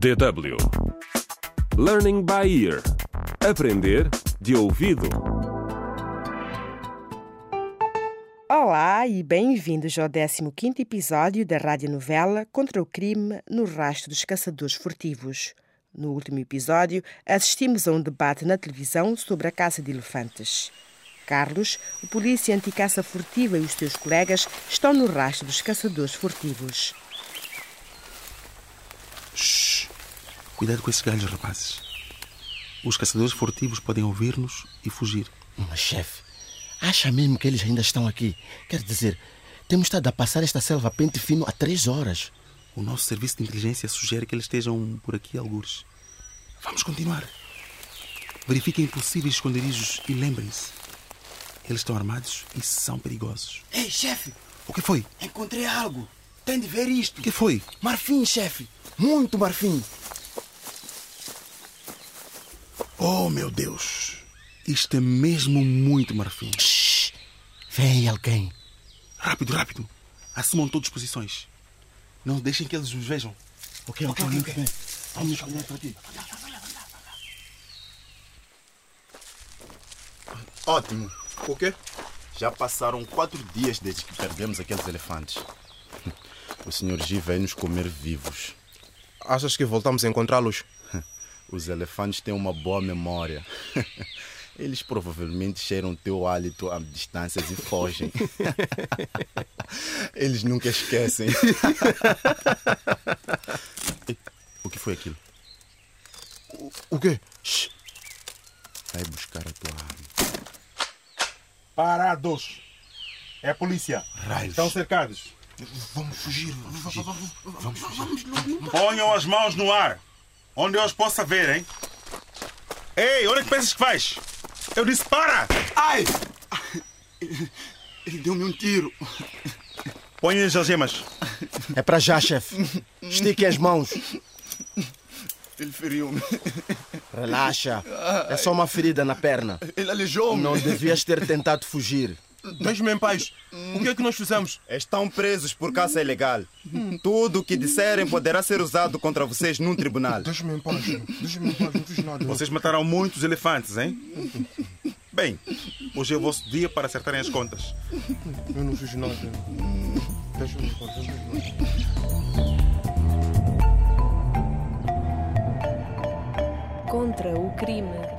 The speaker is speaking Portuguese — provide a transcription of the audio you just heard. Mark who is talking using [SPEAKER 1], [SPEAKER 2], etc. [SPEAKER 1] DW Learning by Ear Aprender de ouvido
[SPEAKER 2] Olá e bem-vindos ao 15º episódio da radionovela Contra o crime no rastro dos caçadores furtivos. No último episódio, assistimos a um debate na televisão sobre a caça de elefantes. Carlos, o polícia anticaça furtiva e os seus colegas estão no rastro dos caçadores furtivos.
[SPEAKER 3] Shhh! Cuidado com esses galhos, rapazes. Os caçadores furtivos podem ouvir-nos e fugir.
[SPEAKER 4] Mas, chefe, acha mesmo que eles ainda estão aqui? Quer dizer, temos estado a passar esta selva a pente fino há três horas.
[SPEAKER 3] O nosso serviço de inteligência sugere que eles estejam por aqui algures. Vamos continuar. Verifiquem possíveis esconderijos e lembrem-se. Eles estão armados e são perigosos.
[SPEAKER 5] Ei, chefe,
[SPEAKER 3] O que foi?
[SPEAKER 5] encontrei algo. Tem de ver isto.
[SPEAKER 3] O que foi?
[SPEAKER 5] Marfim, chefe. Muito marfim.
[SPEAKER 3] Oh, meu Deus! Isto é mesmo muito marfim.
[SPEAKER 4] Shhh! Vem aí alguém.
[SPEAKER 3] Rápido, rápido! Assumam todas as posições. Não deixem que eles nos vejam.
[SPEAKER 4] Ok, ok,
[SPEAKER 3] ok,
[SPEAKER 4] muito
[SPEAKER 3] ok.
[SPEAKER 4] bem. Vamos olhar para ti.
[SPEAKER 6] Ótimo. O quê? Já passaram quatro dias desde que perdemos aqueles elefantes. O Sr. G veio nos comer vivos.
[SPEAKER 7] Achas que voltamos a encontrá-los?
[SPEAKER 6] Os elefantes têm uma boa memória. Eles provavelmente cheiram teu hálito a distâncias e fogem. Eles nunca esquecem. O que foi aquilo?
[SPEAKER 7] O quê?
[SPEAKER 6] Vai buscar a tua arma.
[SPEAKER 8] Parados! É a polícia!
[SPEAKER 6] Raios.
[SPEAKER 8] Estão cercados!
[SPEAKER 3] Vamos fugir, vamos fugir. tá.
[SPEAKER 8] Ponham as mãos no ar! Onde eu os possa ver, hein? Ei, onde é que pensas que vais? Eu disse para!
[SPEAKER 6] Ai! Ele deu-me um tiro.
[SPEAKER 8] Ponham as algemas!
[SPEAKER 4] É para já, chefe. Estique as mãos.
[SPEAKER 6] Ele feriu-me.
[SPEAKER 4] Relaxa. É só uma ferida na perna.
[SPEAKER 6] Ele aleijou-me.
[SPEAKER 4] Não devias ter tentado fugir.
[SPEAKER 7] Deixe-me em paz. O que é que nós fizemos?
[SPEAKER 6] Estão presos por caça ilegal. Tudo o que disserem poderá ser usado contra vocês num tribunal.
[SPEAKER 7] Deixe-me em paz. Deixe-me em paz. Não fiz nada.
[SPEAKER 8] Vocês mataram muitos elefantes, hein? Bem, hoje é o vosso dia para acertarem as contas.
[SPEAKER 7] Eu não fiz nada. Deixe-me em paz. Deixe-me em paz.
[SPEAKER 9] Contra o crime.